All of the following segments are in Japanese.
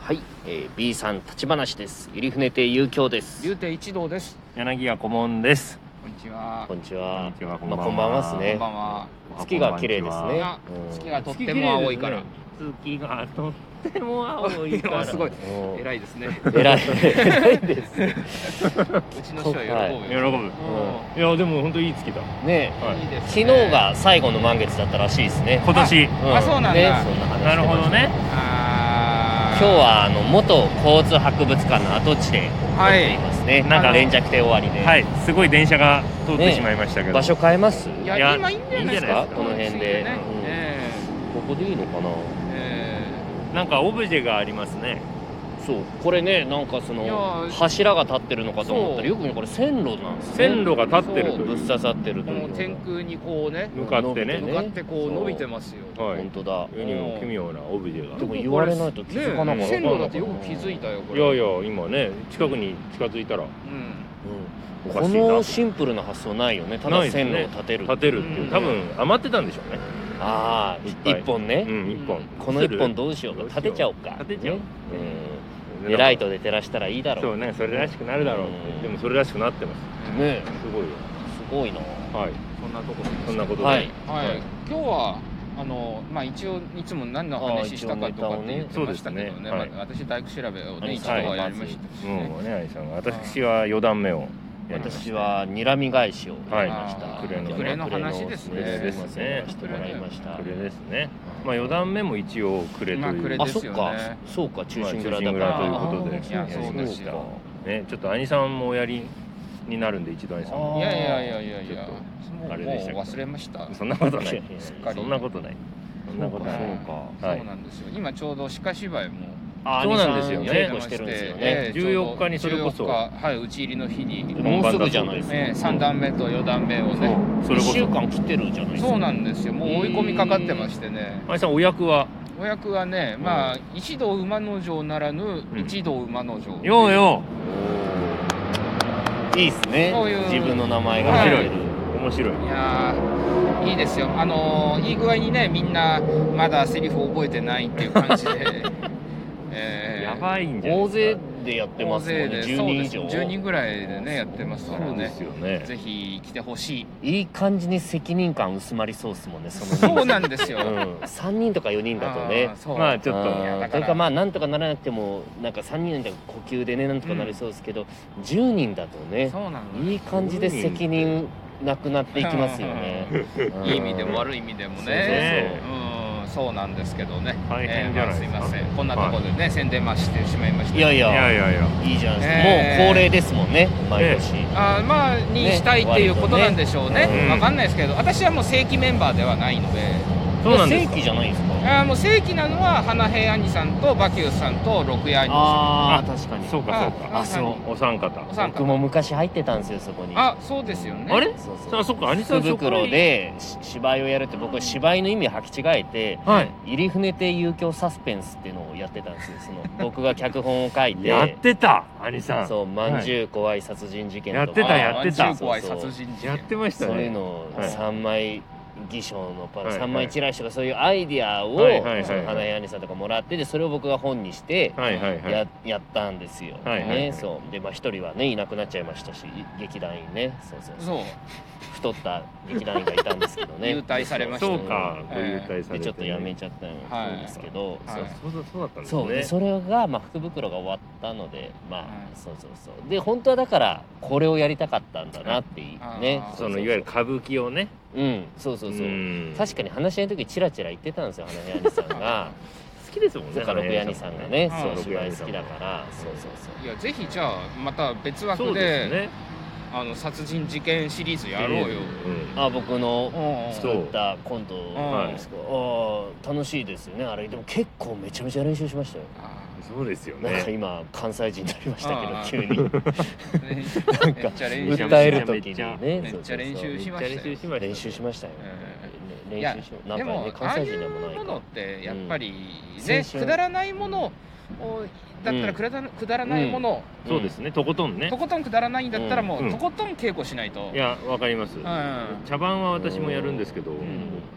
はい、えー、B さん立ち話です。ゆりふね亭遊興です。竜亭一同です。柳家顧問です。こんにちはこ。んにちは。ちは、まあこんばんはっすねこんばんは。月が綺麗ですねあ。うん月がとっても青いから。。月がとっても青いから。すごい。うん偉いですね。偉い。偉いです。うちの師匠喜ぶ喜よ。ぶ。いやでも本当いい月だ。ねえ、ぶうんいいですね昨日。が最後の満月だったらしいですね。今年。んあそうなんだねそんな話してましたなるほど。ね。あ今ー日。はあの元交通博物館の跡地で撮っはていい。ますね。いなんあかの連着亭終わりで。はい。すごい電車が通っねてしまいましたけど。場所変えます？いこいやや今いいんじゃいいんないじですゃないか。ですかこの辺でねうんえこでいいのかな。えなんかオブジェがありますね。そうこれねなんかそいやのー柱が立ってるのかと思ったそうらよくねこれ線路なんですね。線路が立ってるそうとぶっいう。刺さってるえというこの天空にこうね、向かってね向かってこう伸びてまますよ。は本い。当だ世にも奇妙なオブジェが。でも言われないと気づかなかねったえ線路だってよく気づいたよこいれ。やいや今ね近くに近づいたらううんおかこしいなのシンプルな発想ないよねただないです線ね路を立てる立てるっていう多分余ってたんでしょうね。ああいっぱい一本ね、うん一本。この一本どうしようかどうしよ立うてちゃおうか立てちゃおうねうんでライトで照らしたらいいだろそううねそれらしくなるだろうって、うんでもそれらしくなってますん。ねえすごいよすごいなはいそんなところ。そんなことで、はいはい、今日はあの、まあ、一応いつも何の話したかとかって言ってましたけどあ一応ねネタをねまあ私大工調べをはいね一度はやりましたしね、もうね愛さんが私は四段目をやりまし私は睨み返しをやりました、はいクレのクレの話ですねですねねしてもらいましたたこれですねまあ四段目も一応くれとまあい暮れうあでそっすよかねそうか中心まあ蔵中心だから蔵ということであーいやそうですよねちょっと兄さんもおやりになるんで一度兄さんあーもいやいやいやいやいやちょっもうあれでしたけどもう忘れましたそんなことないいやいやすっかりそんなことないそんなことだなそいうはいかはいそうなんですよ今ちょうど鹿芝居もあーそうなんですよ兄ねさん稽古してるんですよねええちょうど14日にそれこそ14日はい打ち入りの日に、えもうすぐじゃないですか、ええ、3段目と4段目をねそ一れこ週そ間切ってるじゃないですかそうなんですよもう追い込みかかってましてね兄さんお役はお役はねまあ一同馬の城ならぬうん一同馬の城ようよいいですねそういう自分の名前が入ってる、う面白いいやーいいですよあのーいい具合にねみんなまだセリフ覚えてないっていう感じ で、えやばいんじゃない大ですか勢でやってますもんね大勢で10人以上そうです10人ぐらいでねやってますからそうでねすよねぜひ来てほしいいい感じに責任感薄まりそうですもんねその 人数そうなんですよ、うん、3人とか4人だとねあーそうまあちょっとあーだからというかまあなんとかならなくてもなんか3人だと呼吸でねなんとかなりそうですけど、10人だとねそうなのいい感じで責任なくなっていきますよね、うんいい意味でも悪い意味でもねうんそうなんですけどね大変じゃないえですーかまあすいませんこんなところでね、宣伝ましてしまいましたいやいいややいやいやいいじゃないですか、ねえもう恒例ですもんね毎年、あーまあにしたいっていうことなんでしょうねねうんわかんないですけど私はもう正規メンバーではないのでそうなんです正か規じゃないんですかあーもう正規なのは花平兄さんと馬球さんと六夜兄さあああ確かにそうかそうあかあそうお三方んお三僕方も昔入ってたんですよそこにあそうですよねあれそうあそっか兄さ福ん袋でし芝居をやるって僕は芝居の意味を履き違えてはい「入り船亭遊興サスペンス」っていうのをやってたんですよその僕が脚本を書いてやってた兄さんそう「まんじゅう怖い殺人事件」とかやってたやってたあー15愛殺人事件やってましたねそういうのをはい3枚偽証のパロはい3枚チラシとかそういうアイディアをはいはいはいその花屋兄さんとかもらってでそれを僕が本にしてはいはいはいややったんですよ。はいはいはいねそうでまあ一人はねいなくなっちゃいましたしい劇団員ねそうそうそう太った劇団員がいたんですけど ね優待されましたそねうかえご優待されてでねちょっとやめちゃったんはいですけど、はいそうそうそうそうだったんですそうねでそれが、まあ、福袋が終わったのでまあ、はいそうそうそうで本当はだからこれをやりたかったんだなっていあうーねそそのいわゆる歌舞伎をねうんそうそうそう、ん確かに話し合いの時チラチラ言ってたんですよ花屋兄さん が好きですもんそねうか六谷兄さんがねはいそう六芝居谷兄好さんきだからそうそうそういやぜひじゃあまた別枠そうでですねあの殺人事件シリーズやろうよ、うんあ僕のうんうんそ作うったコントなんですけど、ああ楽しいですよねあれでも結構めちゃめちゃ練習しましたよあそうですよなんかね今関西人になりましたけどあー 急にーねめっちゃ練習訴える時めっちゃにねめっちゃ練習しましたよめっちゃ練習しました練習しましたよ、えねいや練習しまでなんかもねあ関あ西い人でうもないものかってやっうんぱり青ね、春くだらないものをだったらくだら,、くだらないものを、そうですねとことんねとことんくだらないんだったらもう、うんとことん稽古しないといやわかりますうん茶番は私もやるんですけどんもう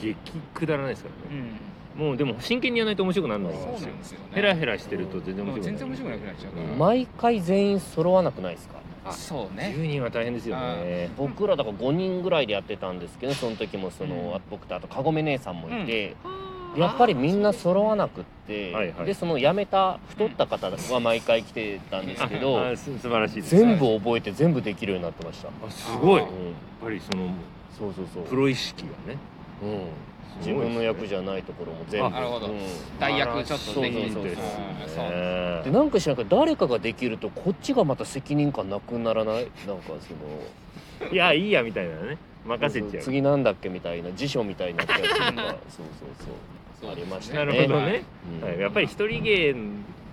激くだらないですからうねんもうでも真剣にやらないと面白くならないそんうなでんすよですよねヘラヘラしてると全然も面う白く全な然い面白くなくなっちゃうから、うん毎回全員揃わなくないですかあそうね10人は大変ですよね僕らだから5人ぐらいでやってたんですけどその時もその、うん僕とあとかごめ姉さんもいて、やっぱりみんな揃わなくって、はいはいでその辞めた太った方は毎回来てたんですけ ど、あす素晴らしいです全部覚えて全部できるようになってました、あすごうんいやっ、ぱりそのそうそうそうプロ意識がねうん、自分の役じゃないところも全部あなるほどうん代役ちょっとできるそうですあーそうなんでなんかしなくて誰かができるとこっちがまた責任感なくならないなんかそのいやいいやみたいなね任せちゃう次なんだっけみたいな辞書みたいになっちゃうって いうかそうそうそうありましたなねるほどね、うんはい、やっぱり一人芸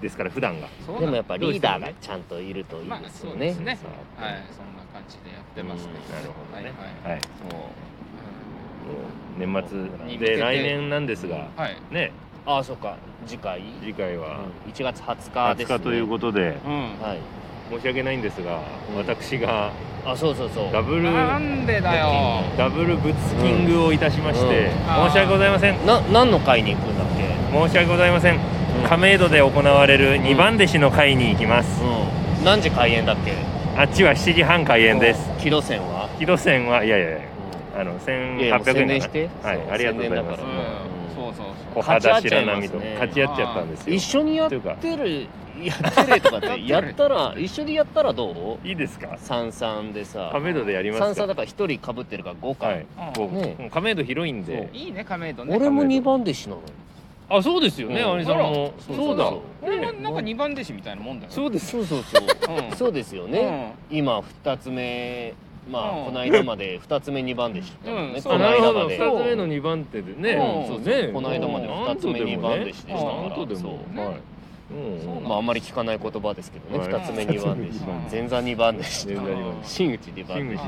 ですから普段がそうでなんもでやすっぱリーダーがちゃんといるといいですよね,、まあそうですねそうはいそんな感じでやってますけど、うんなるほどねはいはいはい年末に向けてで来年なんですがはい、はいねああそうか次回、次回うんは1月20日で20す、ね、日ということでうんはい申し訳ないんですがうん私があそうそうそうダブルなんでだよダブルブツキングをいたしましてうんあー申し訳ございませんな何の会に行くんだっけ、申し訳ございません亀戸で行われる2番弟子の会に行きますうん、何時開演だっけあっちは7時半開演です木戸線は、木戸線はいやいやいやあのいやもう1800宣円伝かしてなはいそうありがとうござい宣伝だまからうんうんすそうそうそ小肌白波と勝勝ちち合っ合っちちゃゃっったたんんでですよ一緒にやってるやってるとかっやっててるやったら一緒にやったらどういいですか三三でさ亀戸でやります三三かだから一人かぶってるから5は回いうんもうねもう亀戸広いんでういいね亀戸ね俺も2番弟子なのよあそうですようねん有さんもあらそうだそう俺もなんか二番弟子みたいなもんだよそうですそうそうそううんそうですよねね今2つ目まうあんこの間ま で2つ目2番弟子だったもんうんねそうこのなる間ほまどで2つ目の2番手でね,、うんそうそうねこの間まで二つ目2番手でしたからなんとでもねそうはいうんそうなんまああんまり聞かない言葉ですけどねは2いつ目2番弟子うん前座2番弟子前座二番弟子真打2番新弟子口2番です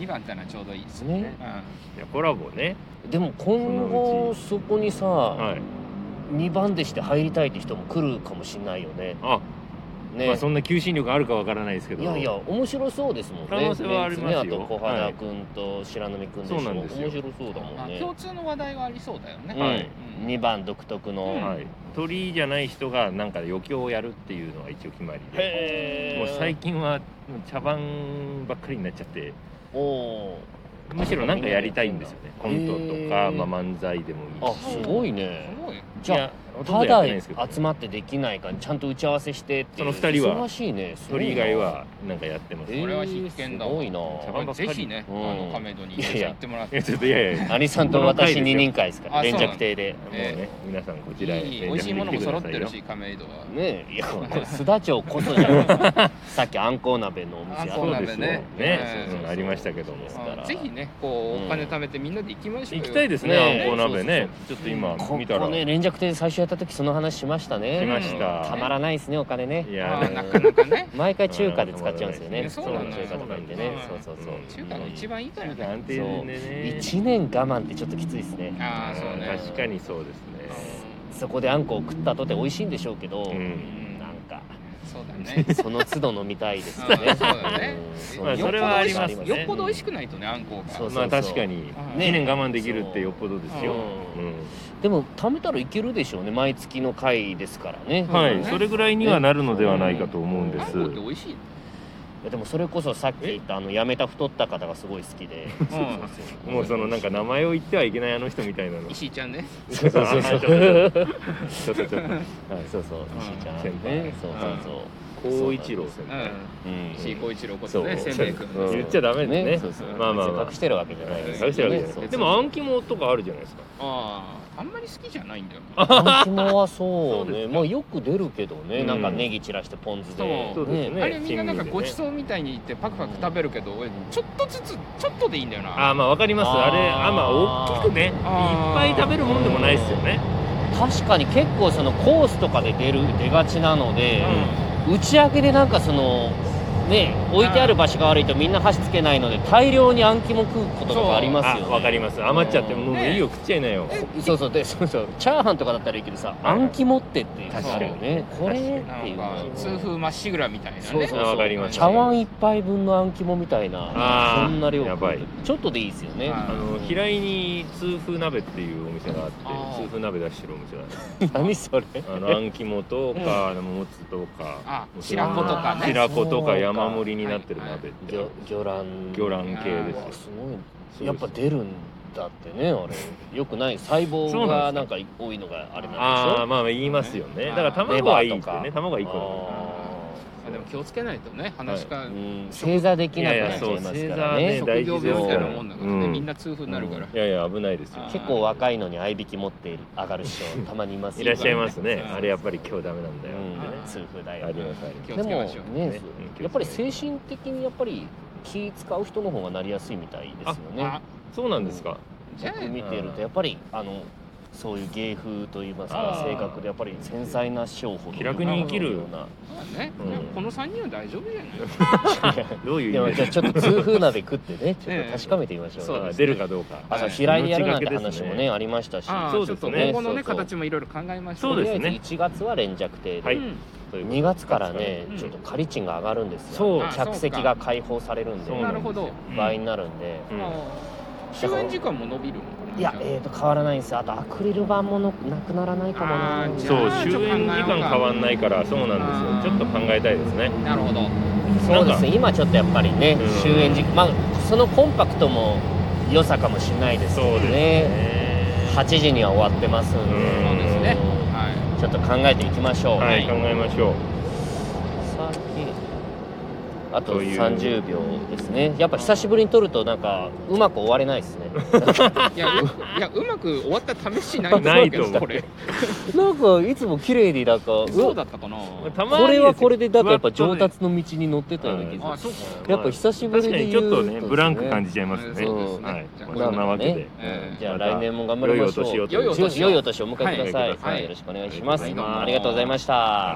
二番ってのはちょうどいいですねねいやコラボねでも今後そこにさはい2番弟子で入りたいって人も来るかもしれないよねあ、まねあそんな求心力あるかわからないですけどいやいや面白そうですもんね可能性はありますよメンツねあと小は原い君と白波君でしょそうなんですよ面白そうだまもんあね共通の話題はありそうだよねうんはいうん2番独特の、うんはい鳥じゃない人がなんか余興をやるっていうのは一応決まりでへもうー最近は茶番ばっかりになっちゃっておおむしろなんかやりたいんですよねコントとへか、ーまあ、漫才でもいあいしすごいねすごいじいゃやあほとんどただやってないんですけど集まってできないからちゃんと打ち合わせしてっていうその二人は忙しいねすごいな鳥以 外はなんかやってます、えー これは必見だわすごいな茶番ばっかぜりひねあうんの亀戸に行ってもらっいてやちょっといやいやも兄さんと私二人会ですかあらそ連うなの着亭でうええね皆さんこいちらへい美味しいものも揃ってるぜひ来くださいし亀戸はねえいやこれ須田町こそじゃ んさっきあんこう鍋のお店あったあんこうそう鍋ですねよねええうんありましたけどもですからうんぜひねこううんお金貯めてみんなで行きましょう行よきたいですねねあんこう鍋ねちょっと今こ見たらこね連着亭で最初やった時その話しましたね来まうしんたたまらないですねお金ねいやあでーもなかなかね毎回中華で使っちゃうんですよねねそうなんだ中華とか行ってねそうそなんうだそうそううん中華が一番いいからね安定でね1年我慢ってちょっときついですねああそうね確かにそうですそこであんこを食った後で美味しいんでしょうけど、うね、うんんなんかそうだねその都度飲みたいですよあーねそうだねうんまあそれはありますねよっぽど美味しくないとねあんこうがそうまあ確かにうん2年我慢できるってよっぽどですよ、ううんんでも貯めたらいけるでしょうね毎月の回ですからね、んはうんいそれぐらいにはなるのではないかと思うんであんす、こうって美味しいいやでもそれこそさっき言ったあの辞めた太った方がすごい好きで、そうそうもうそのなんか名前を言ってはいけないあの人みたいなの石井ちゃんね そうそうそうそうあちょっとちょっとちょっとはいそうそう石井ちゃん先輩ねそうそうそう高一郎先う輩、んうん石井光一郎こそとうねせんべいくんうん言っちゃダメですねそうそうまあまあま別あに隠してるわけじゃないです隠してるわけじゃないそうそうでも暗記もとかあるじゃないですかあああんまり好きじゃないんだよあん肝はそそううでねすかまあよく出るけどね、うんなんかネギ散らしてポン酢でそうですねあれみんななんかごちそうみたいに言ってパクパク食べるけど俺ちょっとずつちょっとでいいんだよなあーまあわかりますあれあーあまあ大きくねいっあぱーい食べるもんでもないですよね確かに結構そのコースとかで出る出がちなので、打ち上げでなんかそのね置いてある場所が悪いとみんな箸つけないので大量に暗記も食うこととかありますよあねわかります余っちゃってもうねいいよ食っちゃいなよそうそうでそうそうチャーハンとかだったらいいけどさはい暗記持ってっていう確かにあるよねこれっていうのながんか痛風まっしぐらみたいなねそうそうあわそかりまうす茶碗一杯分の暗記もみたいなあーそんな量やばいちょっとでいいですよねはあうのん平井に痛風鍋っていうお店があってあー痛風鍋出してるお店があって 何それあのあん肝とかあのもつとかあ白子とかね白子とか山盛りになってる鍋って魚魚卵魚卵系であすすごいそうやっぱ出るんだってねあれよくない細胞がなんか多いのがあれあなあんでしょまあまあ言いますよねあーだから卵はいいっレてバーとねか卵はいいこああでも気をつけないとね話が、ーうん正座できなくなっちゃいますからいやいやねそう職業病みたいなもんだからね、うんみんな痛風になるから、いやいや危ないですよあー結構若いのに合いびき持っている上がる人たまにいますいよらっしゃいますねうんあれやっぱり今日ダメなんだうよんあー痛風だよありますあり気まをでつもけましょうねうんやっぱり精神的にやっぱり気使う人の方がなりやすいみたいですよねあすそうなんですかじゃあ見てるとやっぱりあのそういう芸風といいますあかー性格でやっぱり繊細な商法気楽に生きるようなまあね、うんでもこの3人は大丈夫じゃないどういうい意味やでじゃあちょっと痛風鍋食ってねちょっと確かめてみましょうそうよであすね出るかどうかあそうはい平井でやるなんて命がけです話ねもねありましたしああそーうちょでっすとね今後そのうそうね形もいろいろ考えましょうそうですねとりあえず1月は連着亭はでいうんということで2月からねうんちょっと仮賃が上がるんですそうよあ客席が解放されるんでそうなんるですよほど、うん倍になるんでうん終演時間も伸びるのかないいやえーと変わらないんですあとアクリル板ものなくならないかもあなーじゃそうあ終ちょっと考えよ演うか時間変わんないからそうなんですよちょっと考えたいですねなるほどそうでなんすかね今ちょっとやっぱりねうん終演時まあそのコンパクトも良さかもしれないですけそうどですねね8時には終わってますんうんそうですねではちょっと考えていきましょうはい考えましょうさっきあとという30秒ですねやっぱ久しぶりに撮るとなんかうまく終われないですねいいやういやうまく終わった試しないないと思うこれなんかいつも綺麗になんかうそうだったかなたまにこれはこれでだってやっぱふわ上とね達の道に乗ってたような気あがすそうかるやっぱ久しぶり確かでにち言うょっとねブランク感じじちゃいますねそうですねはいじゃあまあそんなわけでええじゃあまた来年も頑張りましょう良いお年良をいお年を良いお年をお迎えください、はいはいよろしくお願いします、はいどうもありがとうございました、はい